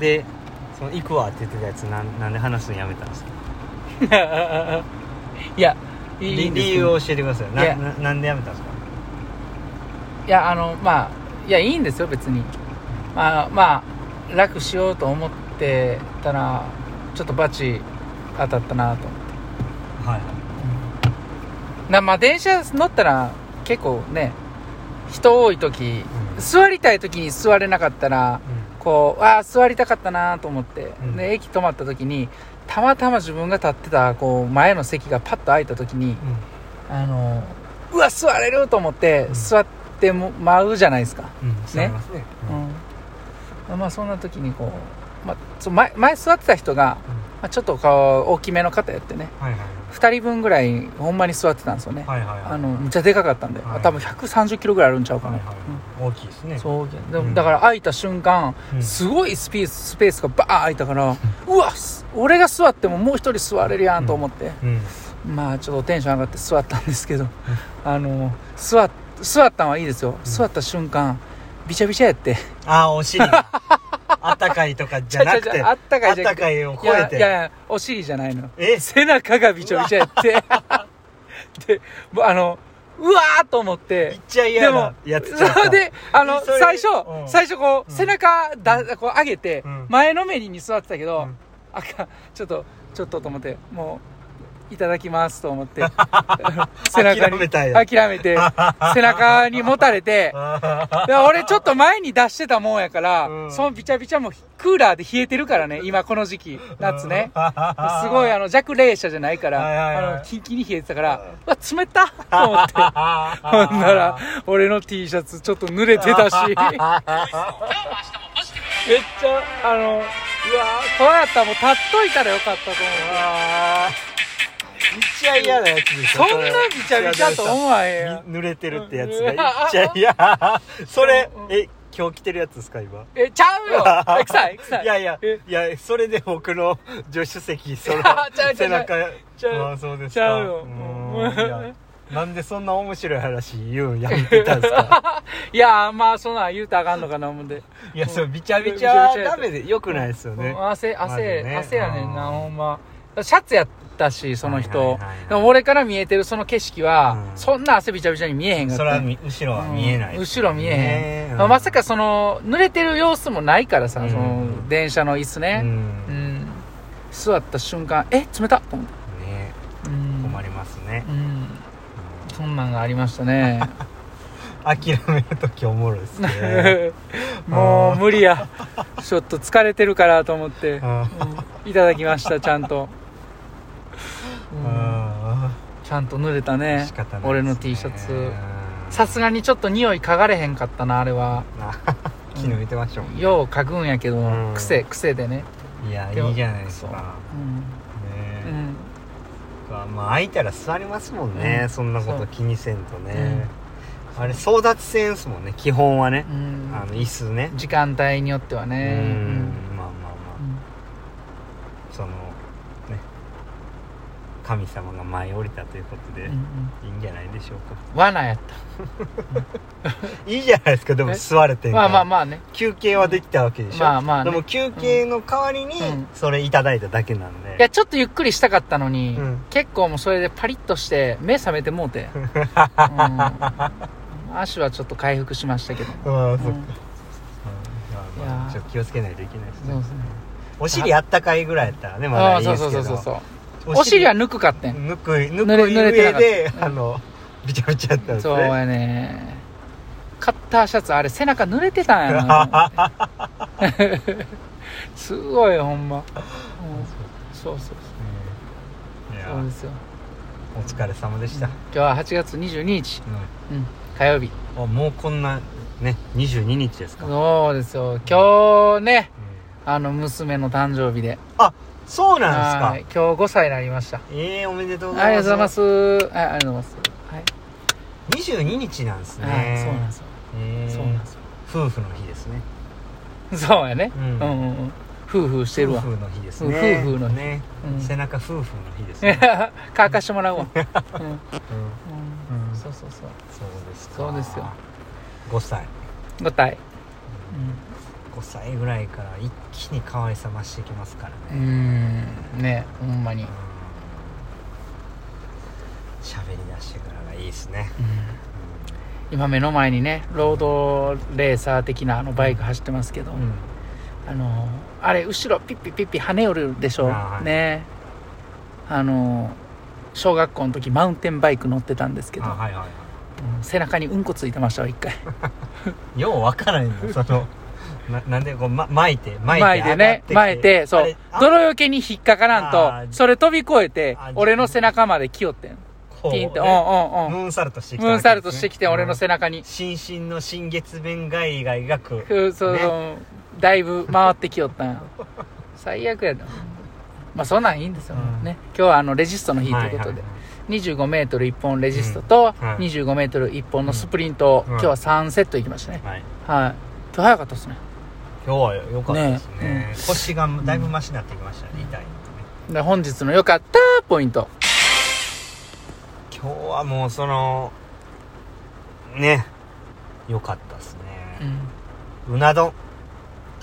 でその行くわって言ってたやつなんなんで話すのやめたんですかいやいい理んです理け由どを教えてくださいいなやななんでやめたんですかいやあのまあいやいいんですよ別にまあまあ楽しようと思ってたらちょっとバチ当たったなと思ってはいなまあ電車乗ったら結構ね人多い時、うん座りたい時に座れなかったらこうあー座りたかったなと思って、うんで駅止まった時にたまたま自分が立ってたこう前の席がパッと空いた時にうん、うんあのうわ座れると思ってうん座っても舞うじゃないですか、うん、そうなりますねうんまあそんな時にこう、まあ、そ前前座ってた人が、まあ、ちょっと顔大きめの方やってねはいはい2人分ぐらいほんまに座ってたんですよね、はいはいはいあのむっちゃでかかったんで、はいあ多分130キロぐらいあるんちゃうかはいな、はい大きいですねうんそうでうんもだから空いた瞬間、うんすごいスペーススペースがバーン空いたから、うわす俺が座ってももう一人座れるやんと思って、うんまあちょっとテンション上がって座ったんですけど、あの座っ座ったんはいいですよ、座った瞬間びちゃびちゃやってああお尻 があったかいとかじゃなく違う違てうあったかいじゃなあっくたてかいを超えいやいやていやお尻じゃないのえ背中がびちゃびちゃやって でもうあのうわーと思っめてっちゃ嫌でもなやつちゃそ れであのそれ最初、うん最初こう、うん背中だこう上げて、うん前のめりに座ってたけうど、んあかんちょっとちょっとと思ってもういただきますと 思って諦めたんや諦めて背中にもたれてあいや俺ちょっと前に出してたもんやから、うんそのびちゃびちゃもクーラーで冷えてるからね今この時期夏ね すごいあの弱冷車じゃないから、はいはいはいあのキンキンに冷えてたから、うわ冷たっと思 ってほんなら俺の T シャツちょっと濡れて たしめっちゃあのうわーこうやったらもう立っといたらよかったと思あーめっちゃ嫌なやつでしょうそんなびちゃびちゃと思わへんやんみ濡れてるってやつ がいっちゃ嫌それえ今日着てるやつですか今えちゃ うよえ臭い臭いいやいやえいやそれで僕の助手席その ちゃう背中ちゃうあそうですかちゃうよーんいやなんでそんな面白い話言うんやめてたんです かいやーまあそんなん言うたらあかんのかな思うんでいやそうびちゃびちびちゃびゃちゃやダったメでよくないですよねうん汗まず汗、ね汗やねんうなんほんまシャツやったしその人、はいはいはいはいでも俺から見えてるその景色は、うんそんな汗びちゃびちゃに見えへんかっそれたはみ後ろは見えない、うん後ろ見えへん、ねえまあまさかその濡れてる様子もないからさ、うんその電車の椅子うねんうん、ね座った瞬間え冷たっと思ってうん困りますね、うんそんなんがありまし たね諦めるときおもろいです ねもううん無理やちょっと疲れてるからと思ってう、んうんいただきましたちゃんと、うんうんちゃんと濡れたね仕方ないですね俺の T シャツうんさすがにちょっと匂い嗅がれへんかったなあれはな気抜いてましたもんね、よう嗅ぐんやけど、うん癖癖でねいやでもいいじゃないですかうん、ねえ、うん、まあ空いたら座りますもんね、うんそんなこと気にせんとね、あれ争奪戦ですもんね基本はねう、んあの椅子ね時間帯によってはうんねまあまあまうあ、んそのね神様が舞い降りたということで、うんうんいいんじゃないでしょうか罠やったいいじゃないですかでもえ座れてんかまらあまあまあね休憩はできたわけでしょ、まあまあでねも休憩の代わりにうんそれいただいただけなんで、いやちょっとゆっくりしたかったのに、うん結構もうそれでパリッとして目覚めても うて、うん足はちょっと回復しましたけど、まあうそっか、んまあまあいやーちょっと気をつけないといけないですそうねそうお尻あったかいぐらいやったらねまあだあいいでそうすそけうどそうそうそうお尻は抜くかってんぬくいぬ濡れくい濡れて上なかったであのびちゃびちゃやったんですそうねやねカッターシャツあれ背中濡れてたんやなすごいほんま、うんそうそううんいそうやそうですよお疲れ様でした、今日は8月22日、ううん、火曜日んあもうこんなね22日ですか、うんそうですよ今日ねあの娘の誕生日であそうなんはでいすか今日5歳になりましたええおめでとうごあざいりがとうまごすざいますはいありがとうございますはい、 22日なんですね、はい、そうなんですよ、えーそうなんですよ夫婦の日ですねそうやね、ううんん、うんうん夫婦してるわ夫婦の日ですうねん夫婦の日ね、うん背中夫婦の日ですね、乾 かしてもらうわ、うんうんうんうんそうそそううそうですかそうですよ5歳5体、 5歳ぐらいから一気に可愛さ増してきますからうねんねほんまに、うん喋り出してからがいいですね、今目の前にねロードレーサー的なあのバイク走ってますけど、うんあのあれ後ろピッピピッピ跳ね寄るでしょ、あはいねあの小学校の時マウンテンバイク乗ってたんですけど、あはいはいはうん背中にうんこついてましたわ一回いようわからん よそのななんでこう、ま、巻いて巻いて前でね前でそあうれあ泥よけに引っかからあんーとそれ飛び越えてあ俺の背中まで来よってんこうピンってうんねうんうんムーンサルトしてきたムーンサルトしてきて俺のせ背中に新進の新月面外が描くふうそうねそうだいぶ回ってきよったんや最悪やなまあそんなんいいんですようんね今日はあのレジストの日とはいいうはいこはといで25メートル1本レジストとうんはい25メートル1本のスプリントをうん今日は3セットいきましたねはいはい今日早かったですね今日は良かったですねね腰がだいぶマシになってきましたね痛いのがねで本日の良かったポイント今日はもうそのね良かったですうね、うんな丼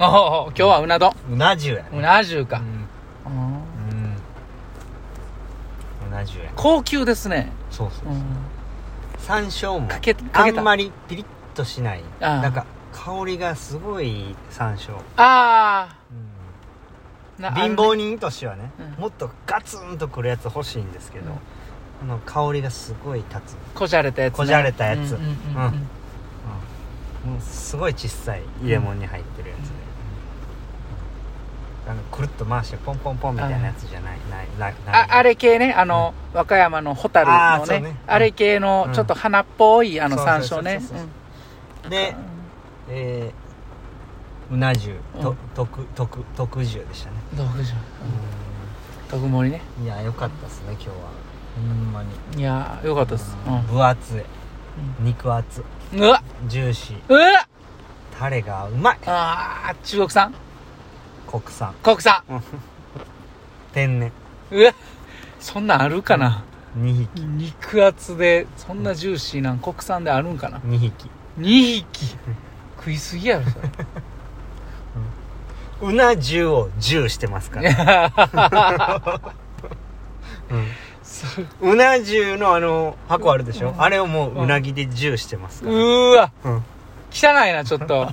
おお今日はうな丼うな重やねうな重うかんうんうんうな重や高級ですね、そうそうそう、うん、山椒もかけかあけんたまりピリッとしないあーなんか香りがすごい山椒、ああなうんあ貧乏人としてはね、うんもっとガツンとくるやつ欲しいんですけど、うんこの香りがすごい立つ、こじゃれたやつ、ね、こじゃれたやつうんうんうんうもうすごい小さい入れ物に入ってるやつで、あのくるっと回してポンポンポンみたいなやつじゃないないないないああれ系ねあの、和歌山のホタルあのーそうねねあれ系のうんちょっと花っぽいあのそう山そ椒うそうそうねそううんで、えー、うな重うとん特特特重でしたね、毒じゃん特盛りねいや良かったですね今日はほんまにいやーよかったです、う分厚い肉厚ん、うわジューシーうわタレがうまいあー中国産国産国産天然うわそんなんあるかな、 2匹肉厚でそんなジューシーなん国産であるんかな2匹2匹食いすぎやろそれうな重を重してますからそううな重のあの箱あるでしょ、うんあれをもううんうなぎで重してますから、うーわ、うん汚いなちょっ と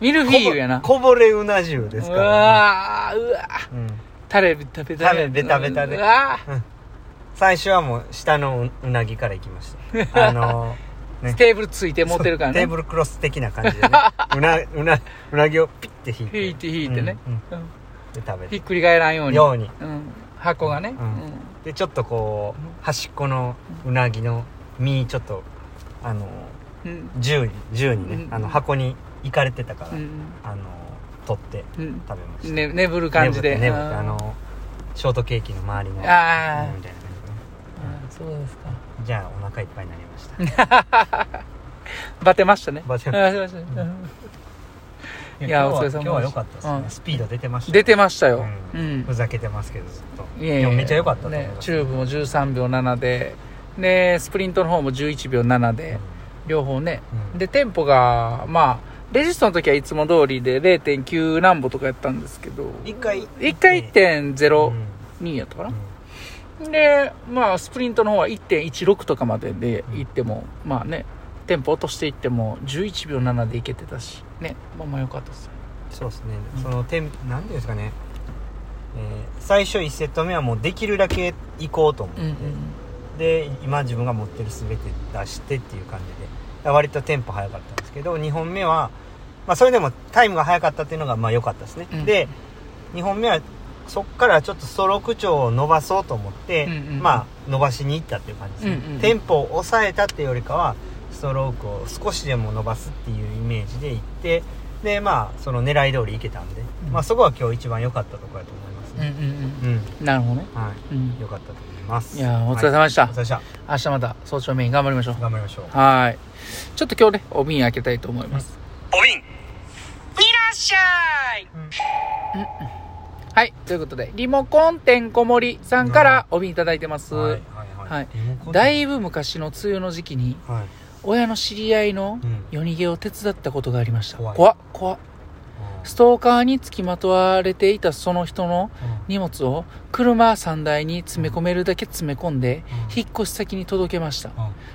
ミルフィーユやなこぼこぼれうな重ですうから、わーうわーうんタレベタベタタレベタベタでうわー最初はもう下のううなぎからいきました あのねテーブルついて持ってるからテーねブルクロス的な感 じでねうなうなうなぎをピッて引いて引いて引いてね、うんうんうんで食べひってくり返らんようにようにうん、箱がね、うんでちょっとこう端っこのうなぎの身ちょっとあのうんうん銃に銃にね、うんあの箱に行かれてたから、うんあの取ってうん食べました、ね、眠る感じで、ねぶたねぶあたあーのショートケーキの周りのうんみあーたいな感じでねあーそうですかじゃあお腹いっぱいになりました バテましたねバテあーバテましたうん今いや日はお疲れ様です今日は良かったですね、うんスピード出てましたね出てましたよ、ううんんふざけてますけどずっといやいやでもめっちゃ良かったと思いねま、す、チューブも13秒7ででスプリントの方も11秒7で、両方ね、うんでテンポがまあレジストの時はいつも通りで0.9何歩とかやったんですけど一回1回うん1.02やったかな、でまあスプリントの方は1.16とかまででうん行っても、まあねテンポ落としていっても11秒7でいけてたしねまあまあ良かったですそうですね、うんその点なんていうんですかね、えー最初1セット目はもうできるだけ行こうと思って、うんうんで今自分が持ってる全て出してっていう感じで割とテンポ早かったんですけど2本目は、まあ、それでもタイムが早かったっていうのがまあ良かったですね、うんで2本目はそっからちょっとストローク長を伸ばそうと思って、うんうんまあ伸ばしに行ったっていう感じですね、うんうんテンポを抑えたっていうよりかはストロークを少しでも伸ばすっていうイメージで行ってでまあその狙い通り行けたんで、うんまあ、そこは今日一番良かったところだと思いますうんうねんうん、うんなるほどね、はうんい、良かったと思いますいやーお疲れ様でした、はいお疲れ様でした明日また早朝メイン頑張りましょう頑張りましょうはいちょっと今日ねお瓶開けたいと思いますおびんはい、ということで、リモコンてんこ盛りさんからお瓶いただいてます。はいはいははいいリモコンだいぶ昔の梅雨の時期に、はい親の知り合いのうん夜逃げを手伝ったことがありました。怖い怖っ、怖っ。あストーカーにつきまとわれていたその人のう荷物を車3台に詰め込めるだけ詰め込んでうん引っ越し先に届けましたん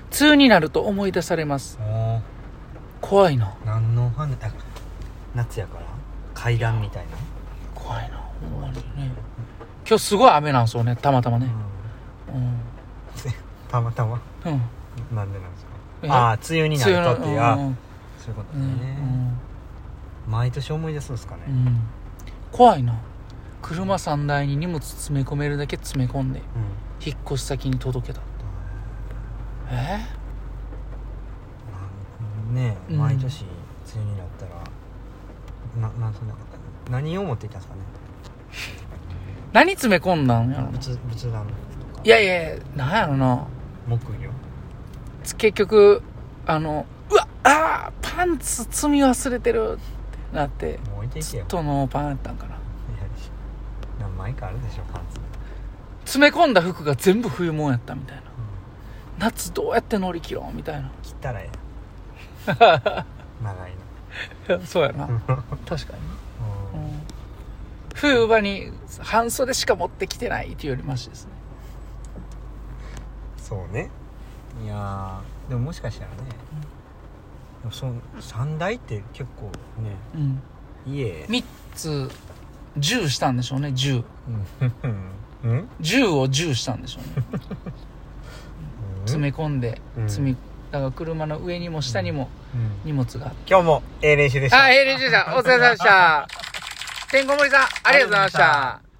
通になると思い出されますうんも怖いなう何の花あ夏やから階段みたいな怖いなほんまにね今日すごい雨なんですよねたまたまねうん、たまたまうん、なんでなんですかえああ梅雨になるとってあうんそういうことうだよんね、毎年思い出すんですかねうんうん怖いな車3台に荷物詰め込めるだけ詰め込んでうん、引っ越し先に届けたえうんねうん毎年梅雨になったら、ななんそんなこと何を持ってきたんですかね何詰め込んだんやろな仏仏壇とかいやいやなんやろな木魚つ結局あのうわあーパンツ積み忘れてるってなってもう置いていけずよっとノーパンやったんかないや何枚かあるでしょパンツ、詰め込んだ服が全部冬もんやったみたいな夏どうやって乗り切ろうみたいな切ったらええ長いそうやなな、 確かにね、ううんん、冬場に半袖しか持ってきてないっていうよりマシですねそうねいやーでももしかしたらね、でもその三大って結構ねうん家3つ10したんでしょうね1010うんうんを10したんでしょうね 詰め込んで、うん積みだから車の上にも下にもうん荷物があって、今日もええ練習でした あ、ええ練習でした。お疲れ様でした。てんこ盛りさん、ありがとうございました。